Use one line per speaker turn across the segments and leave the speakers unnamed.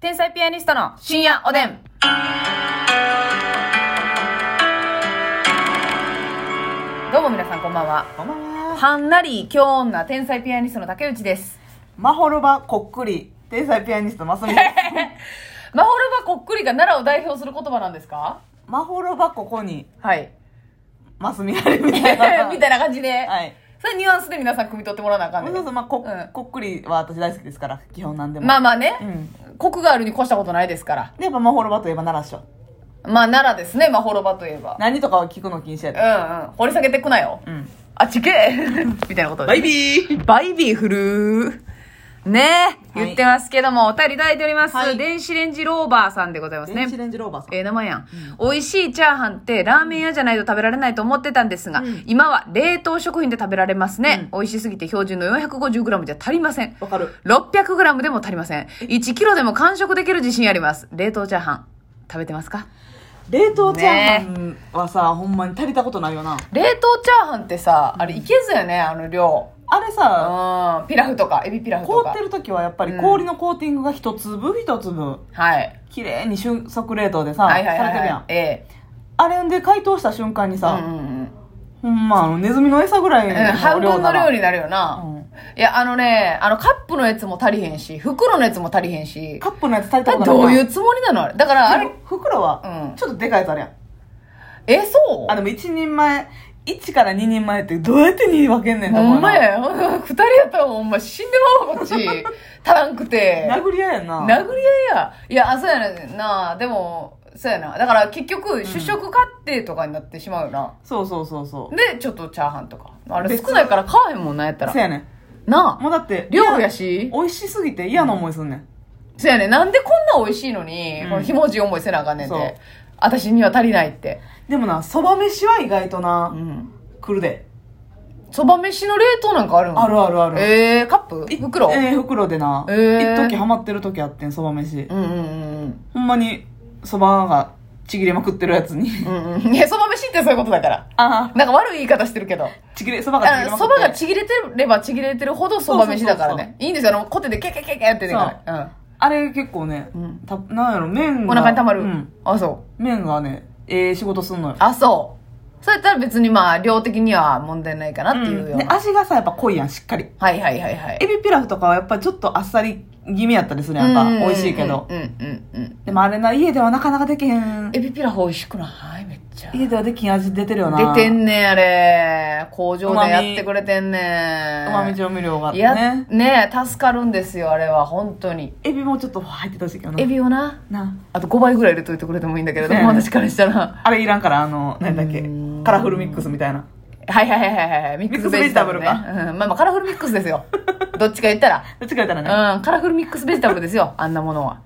天才ピアニストの深夜おでん。どうも皆さんこんばんは。
こんばんは。
はんなり強女天才ピアニストの竹内です。
マホルバこっくり、天才ピアニストマス ミです。
マホルバこっくりが奈良を代表する言葉なんですか
マホルバここに、
はい。
マスミある み
み
た いな。
たいな感じで。
はい。
それニュアンスで皆さん汲み取ってもらわなあかんね
そうそう、まあ、こ、
うん
こっくりは私大好きですから、基本なんでも。
まあ
あ、
まあね
う、ん。
コクがあるに越したことないですから。
で、やっぱマホルバといえば奈良っしょ。
まあ奈良ですね、まあ滅ばといえば。
何とかは聞くの禁止や
う
で。
んうん。掘り下げてくなよ。
うん。
あっちけ みたいなことで。
ビー
バイビー振るー。ねえ、
はい
言ってますけども、お便りいただいております。
はい
電子レンジローバーさんでございますね
電。子レンジローバーさん。
ええ名前やん、美味しいチャーハンってラーメン屋じゃないと食べられないと思ってたんですが、
うん
今は冷凍食品で食べられますね、美味しすぎて標準の 450g じゃ足りません
わかる。
600g でも足りません1キロでも完食できる自信あります冷凍チャーハン食べてますか
冷凍チャーハンはさ、ほんまに足りたことないよな。
冷凍チャーハンってさあれいけずよねあの量
あれさ、
うんピラフとかエビピラフと
凍
か
ってる時はやっぱり
うん
氷のコーティングが一粒一粒、
はい
綺麗に瞬速冷凍でさ、
はいはい
さ
は
れ
い、
てるや
は
ん
い、。え
あれで解凍した瞬間に
え
さ、
うんうんうん
ほんま、あの、ネズミの餌ぐらい
うん、
の
半
量
分
な
の
ら。
量になるよな、
うん
いやあのねあのカップのやつも足りへんし袋のやつも足りへんし
カップのやつ足りた
だ
こと
どういううつもりなのあれだからあ
あ
れ
れ袋
う
は
ん、
ちょっとでかいやつあるやん。
えそ
あ、
う
でも一人前、1から2人前ってどうやって2分けんねんと
ほ
思
ん
うな
まや 二人やったらほんま死んでまうわこっ ち足らんくて
殴り合いやんな。
殴り合いやいやあそうやななあでもそうやなだから結局主食買ってとかになってしまうよな、
そうそうそうそう。
でちょっとチャーハンとかあれ少ないから買わへんもんなやったら
せやねん。
なあ
もうだって、
量やし
美味しすぎて嫌な思いすんねん。
そうやねなんでこんな美味しいのに、
うん
このひもじい思いせなあかんねん
そ
て
う
私には足りないって
でもな、そば飯は意外と
う
な、
ん
来るで。
そば飯の冷凍なんかあるの
あるあるある。
えー、カップ
い
袋
ええ袋でな、
えー
一時ハマってる時あってん、そば飯
う。んうんうん
ほんまに、そばがちぎれまくってるやつに。
うんうんいやそば飯ってそういうことだから
ああ。
なんか悪い言い方してるけど
ちぎれ、そばがちぎれまく
そ
って
ばがちぎれてればちぎれてるほどそば飯だからねいいんですよあのコテでケケケケやってねから
あれ結構ね、
うん
たなんやろ、麺
うん
が。
お腹にたまる、
うん。
あそう
麺がね、ええ仕事すんのよ。
あそうそうやったら別にまあ量的には問題ないかなっていうよう
で、
な、
味がさ、やっぱ濃いやん、しっかり。
はいはいはいはい
エビピラフとかはやっぱりちょっとあっさり気味やったりするやんか。
うんうんうん
美味しいけど。
うんうんうん
でもあれな、家ではなかなかできへん
エ。ビピラフ美味しくないめっちゃ
家ではできへん味出てるよな。
出てんねんあれ工場でやってくれてんねん
うまみ調味料があっ
い
て
や
ね。
ねえ助かるんですよあれは本当に
エビもちょっと入ってたしいけどな。
エビをな
な。
あと5倍ぐらい入れといてくれてもいいんだけれど
そう
も
やね
私からしたら
あれいらんから、あの、なんだっけ
うーん。
カラフルミックスみたいな。
はいはいはいはいはいミックスベジタブルね
ミックスベ
うん、まあまあカラフルミックスです よどっちか言ったら
どっちか言ったらね。
うんカラフルミックスベジタブルですよあんなものは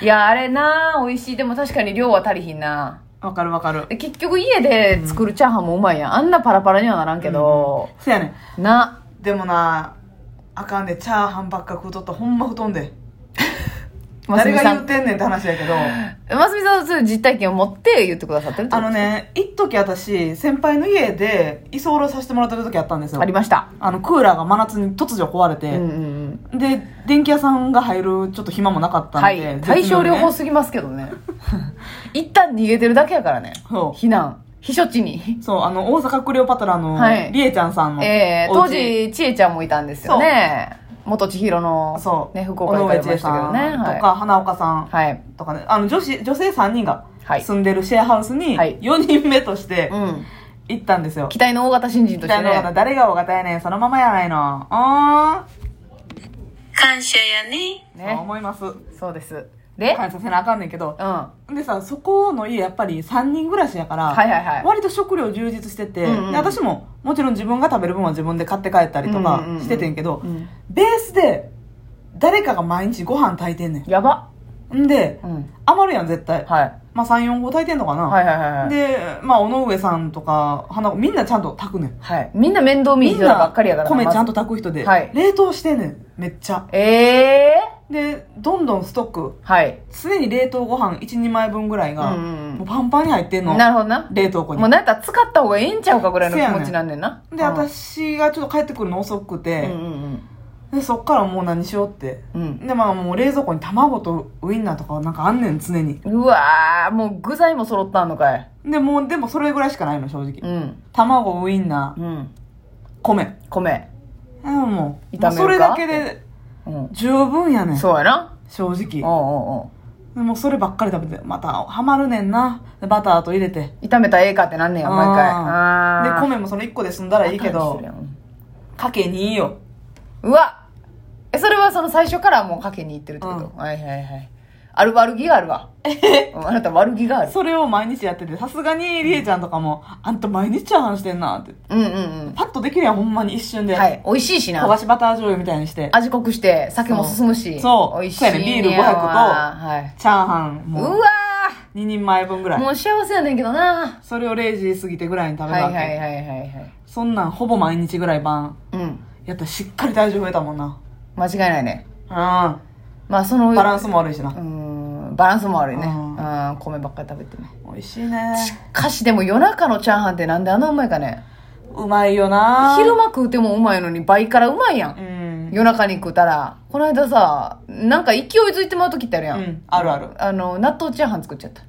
いやあれな美味しいでも確かに量は足りひんな
わかるわかる。
で結局家で作るチャーハンもうまいやんあんなパラパラにはならんけど、
せやねん。
な
でもなあかんでチャーハンばっか食うとったらほんま太んで
ます
誰
み
が
さ
言うんてんねんって話やけ ど
ますみさんはそういう実体験を持って言ってくださってるってこ
あ
と
のね一時私先輩の家で居候させてもらってる時あったんですよ
ありました
あのクーラーが真夏に突如壊れて
うん、うんうん
で電気屋さんが入るちょっと暇もなかったの
は
で、
い、
絶
対症療
に
法
ね
すぎますけど ね一旦逃げてるだけやからね
そう
避難避暑地に
そうあの大阪クレオパトラの
はい
りえちゃんさんの、
ええ
お
当
家
時ちえちゃんもいたんですよね元千尋の、
そう、
ね、福岡に行かれましたけどね
尾上千恵さんとか、
は
花岡さん
い、はい
とかねあの女子女性3人が
はい
住んでるシェアハウスに
はい
4人目として
うん、
行ったんですよ、
期待の大型新人として
誰が
ね
誰が大型やねんそのままやないのあ
感謝やね。
ー、そう
ね
思います
そうですで、
感謝せなあかんねんけど
うんは
でさそこの家やっぱり3人暮らしやから、
いはいはい
割と食料充実してて、
うんうん
で私ももちろん自分が食べる分は自分で買って帰ったりとか
うんうんうん
しててんけど、
うん
ベースで誰かが毎日ご飯炊いてんね
やば、
んんで
うん
余るやん絶対、
はい、
まあ34個炊いてんのかな、
はいはいはいはい
でまあ尾上さんとか花子みんなちゃんと炊くねん
はいみんな面倒見いい
みん
人らば
な
っかりやからな
米ちゃん
ま
と炊く人で、
はい
冷凍してんねんめっちゃ
ずええ
でどんどんストック
はい
常に冷凍ご飯12枚分ぐらいが、
うんうんうん
もうパンパンに入ってんの
なるほどな
冷凍庫に
もうなんやったら使った方がええんちゃうかぐらいの気持ちなんねんな
で、
うん
私がちょっと帰ってくるの遅くて
う、んうんうん
でそっからもう何しようって、
うん
でまあもう冷蔵庫に卵とウインナーとかなんかあんねん常に
うわーもう具材も揃ったんのかい
でもうでもそれぐらいしかないの正直、
うん
卵ウインナー
うん
米
米
あも
炒
う
めるか
もうそれだけで
うん
十分やねん
そうやな
正
うん
直
うんうん
もうそればっかり食べてまたハマるねんなでバターと入れて
炒めたらええかってなんねんや毎回
あー
あー
で米もその1個で済んだらいいけ
頭にす
ど
るやん
かけにいいよ
うわえそれはその最初からもうかけに行ってるってこと、
う
はいはいはいある悪気があるわうんあなた悪気がある
それを毎日やっててさすがにりえちゃんとかも「あんた毎日チャーハンしてんな」って
うんうん
パッとできるやんほんまに一瞬
うん
で、
はい美味しいし
焦が
な
しバター醤油みたいにして
味濃くして酒も進むし
そうそう
美味しい
そうやねビール
んやわ
500
はい、
チャーハン
う
も
わ
2人前分ぐら
ー
い
もう幸せやねんけどな
それを0時過ぎてぐらいに食べ
は
た
い
わ
はい
け、
はいはいはい
そんなんほぼ毎日ぐらい晩
うん
やったらしっかり体重増えたもんな
間違いないね
う
まあその
んバランスも悪いし
う
な
ーんバランスも悪いねう
うん
ん米ばっかり食べてね
美味しいね
しかしでも夜中のチャーハンってなんであんなうまいかね
うまいよな
昼間食うてもうまいのに倍からうまいやん、
うん
夜中に食うたらこの間さなんか勢いづいてまう時ってあるやん、
うんあるある
あの納豆チャーハン作っちゃった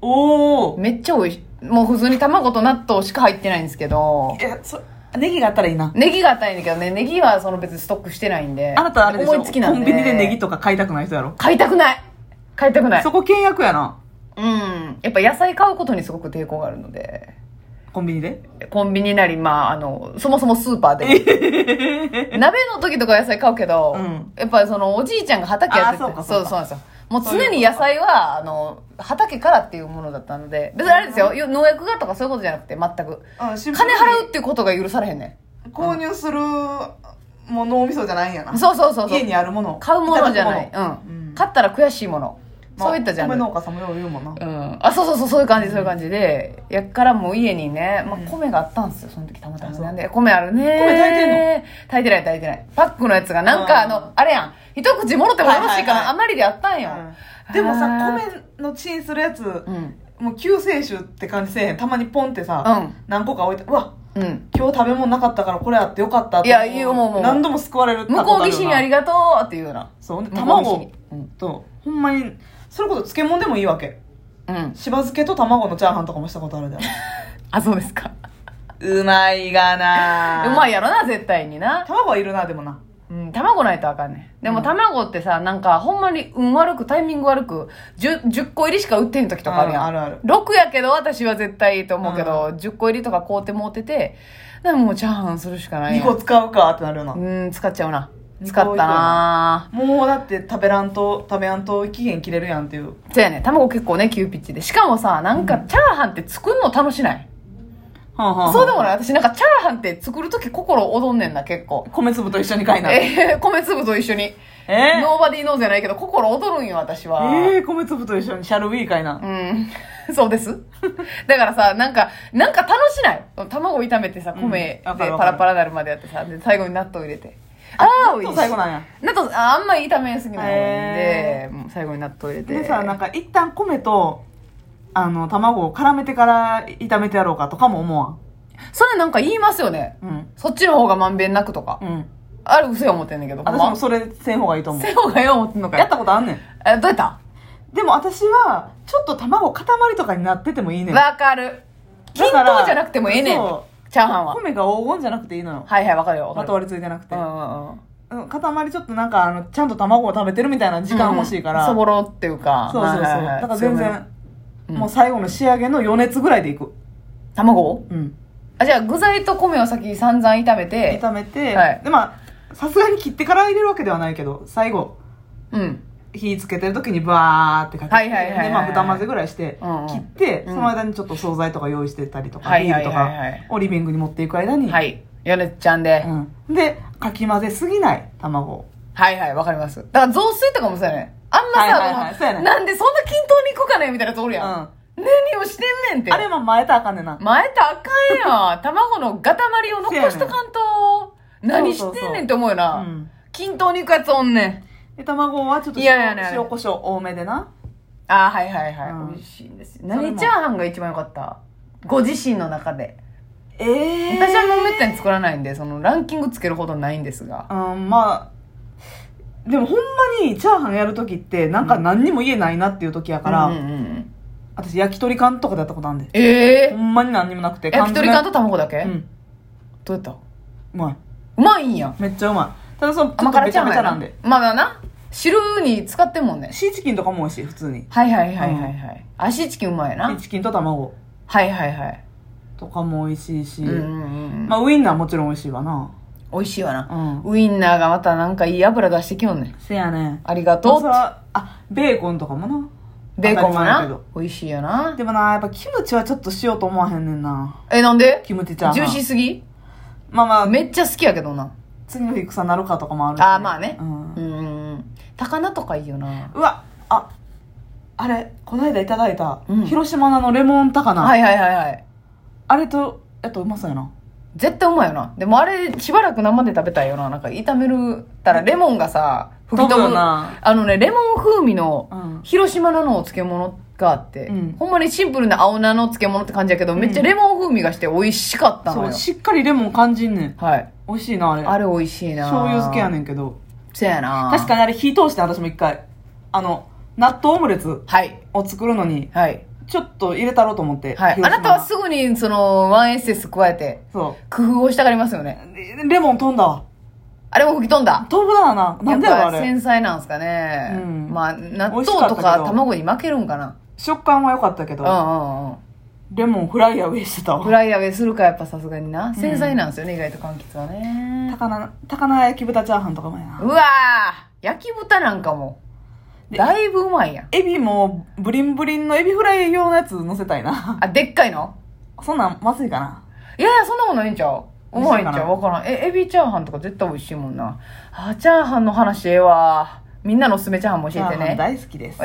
おお
めっちゃ美味しいもう普通に卵と納豆しか入ってないんですけど
いやそネギがあったらいいな
ネギがあったらいいんだけどねネギはその別にストックしてないんで
あなたあれでしょ
思いつきなんで
コンビニでネギとか買いたくない人やろ
買いたくない買いたくない
そこ倹約やな
うんやっぱ野菜買うことにすごく抵抗があるので
コンビニで
コンビニなり、まあ、あの、そもそもスーパーで。鍋の時とか野菜買うけど、
うん
やっぱそのおじいちゃんが畑やってて、
あーそうかそうか
そうなんですよ。もう常に野菜は、あの、畑からっていうものだったので、別にあれですよ、農薬がとかそういうことじゃなくて、全く。
うんシンプル
金
に
払うっていうことが許されへんね。
購入するものお味噌じゃないんやなん
そうそうそうそう
家。にあるもの
買うものじゃない。
た
う
だ
ん。買ったら悔しいもの。
まあ
そういったじゃん。
米農家さんもよう言うもんな
うん、あそうそうそうそういう感じそういう感じでやっからもう家にね、まあ
う、ん
米があったんですよその時たまたま
あそう
なんで米あるね
米炊いてんの
炊いてない炊いてないパックのやつがなんかあ
あー
のあれやん一口もろってもよろしいから、
はいはいはい
あまりであったんよ、
うんでもさ
あ
米のチンするやつ
うん
もう救世主って感じせえへんたまにポンって
う
さ
ん
何個か置いてうわ
うん
今日食べ物なかったからこれあってよかったって
いやいいよもうもう
何度も救われるって
向こう岸にあり
が
がとうっていうような
そうで
向こう
卵
岸にうん、
とほんまにそれこそ漬物でもいいわけ
うん、
しば漬けと卵のチャーハンとかもしたことあるじゃん
あそうですか
うまいがな
うまいやろな絶対にな、
卵はいるなでもな
うん、卵ないとあかんねんでも卵ってさなんかほんまに運悪くタイミング悪く 10, 10個入りしか売ってへん時とかあるやん
あるある
6やけど私は絶対いいと思うけど、10個入りとか買うてもうててでももうチャーハンするしかない
2
やん
個使うかってなるよな
うん使っちゃうな
二
使
個
ったな
もうだって食べらんと食べやんと期限切れるやんっていう
そうやね卵結構ね急ピッチでしかもさなんかチャーハンって作るの楽しない、そうでもない私なんかチャーハンって作る時心躍んねんな結構
米粒と一緒に買いなえ
えー、米粒と一緒に
ー、え
ノーバディーノーじゃないけど心躍るんよ私は
えー、米粒と一緒にシャルウィー買いな、
うん、そうです。だからさ、なんか、なんか楽しない。卵炒めてさ、米で
うんわ
パ
かるわかる
ラパラなるまでやってさ、で最後に納豆入れて。ああ、美味しい。
最後なんや
納豆、ああんまり炒めすぎないんで
へ、
もう最後に納豆入れて。
でさなんか一旦米とあの卵を絡めてから炒めてやろうかとかも思
それなんか言いますよね。
わんうん
そっちの方がまんべんなくとか。
うん
あれ、嘘や思ってんだけど。
私
ま
もそれせん方がいいと
あ
思
せよがよ思ってんの
う
か
やっ
よ。
たことあんねん
え、どうやった
でも私はちょっと卵塊とかになっててもいいねん
わかる。均
だから
等じゃなくてもええねん。
そ
チャーハンは。
米が黄金じゃなくていいのよ
はいはい、わかるよ。わ
ま
か
と
る。
わりついてなくて
うんうんうん。
うん塊ちょっとなんかあのちゃんと卵を食べてるみたいな時間欲しいから、
そぼ
そう
ろっていうか。
そうそう、
はいはいはい
だから全
強めの
然、もう最後の仕上げの余熱ぐらいでいく
卵を
うん
あじゃあ具材と米を先に散々炒めて
炒めて、
はい
でまあさすがに切ってから入れるわけではないけど最後
うん
火つけてる時にバーってかけて、
はいはいはいはい
でまあ豚混ぜぐらいして、
うんうん
切って、
うん
その間にちょっと惣菜とか用意してたりとか、
はい
ビー
はい
ルと
は
か
いはい
をリビングに持っていく間に、
はい米ちゃんで、
うん、でかき混ぜすぎない卵を
はいはいわかりますだから雑炊とかもそうやねあんまさ、
はいはいは
こ
い
の
そうやね
なんでそんな均等にいくかねみたいなところ
うん
やん、
あ
何をしてんねんって
れも前とあかんねんな
前とあかん やん卵の塊を残しとかんと何してんねんって思うよな
うん
均等にいくやつおんねん
で卵はちょっと
いやいやいや
塩塩コショウ多めでな
あーはいはいはい、
うん
美味しいんですよ
それも
何チャーハンが一番良かったご自身の中で
ええ
私はもうめったに作らないんでそのランキングつけるほどないんですが
うんまあでもほんまにチャーハンやる時ってなんか何にも家ないなっていう時やから、
うんうんうん
私焼き鳥缶とかでやったことあんで
え
ほ
ー
んまに何にもなくて
焼き鳥缶と卵だけ、
缶詰うん
どうやったう
うまい
まいんや
めっちゃうまいただそのちょ
甘
っと
辛
べ
チ
ち
ャー
ゃ
ハ
べ
ン
ち
や
ゃな
なん
で
まあまあな汁に使ってんもんね
シーチキンとかも美味しい普通に
はいはいはいはいはい足チキンうまいや
シー
な
チキンと卵
はいはいはい
とかも美味しいし、
うんうんうん
まあウインナーもちろん美味しいわな
美味しいわな、
う
ウインナーがまたなんかいい油出してきよんねん
せやね
ありが
ど
と
う
う
そらあベーコンとかもな
ベーコンも
当たり前やけ
な
ど
美味しいよな
でもなやっぱキムチはちょっとしようと思わへんねんな
えなんで
キムチチャーハン
ジューシーすぎ
まあまあ
めっちゃ好きやけどな
次の日草なるかとかもあるし
あーまあね
うん
うんうんうん高菜とかいいよな
うわああれこの間いただいた、
うん
広島菜のレモン高菜、
はいはいはいはい
あれとやっとうまそうやな
絶対うまいよなでもあれしばらく生で食べたいよななんか炒めるたらレモンがさ吹き飛ぶ
よな
あのねレモン風味の
うん
広島菜のお漬物があって、
うん
ほんまにシンプルな青菜の漬物って感じやけど、めっちゃレモン風味がして美味しかったの
そ
よ
うしっかりレモン感じんねん
はい
美味しいなあれ
あれ美味しいな
醤油漬けやね
ん
んけど
そうやな
確かにあれ火通して私も一回あの納豆オムレツ
はい
を作るのに
はい
ちょっと入れたろうと思って、
はいあ
広島
なたはすぐにそのワンエッセス加えて
そ
工夫をしたがりますよね
うでレモン飛んだわ
あれも吹き飛んだ
飛ぶだななんでやろ
や
あ
っぱ
れ
繊細なんすかね、
うん
まあ納
美
豆
味しかったけど
とか卵に負けるんかな
食感は良かったけ
う
ど、
んうんうん
レモンフライヤー上してた
フ
わ
ライアウェイするかやっぱさすがにな繊細なんですよね、意外と柑橘はね
高菜高菜焼き豚チャーハンとかもやな
うわー焼き豚なんかも
で
だいぶうまいやん
エビもブリンブリンのエビフライ用のやつ乗せたいな
あでっかいの
そんなんまずいかない
やいやそんなことないんちゃううまいんちゃうわからんえエビチャーハンとか絶対美味しいもんなあーチャーハンの話ええわみんなのおすすめチャーハンも教えて
チャーハン
ね
大好きです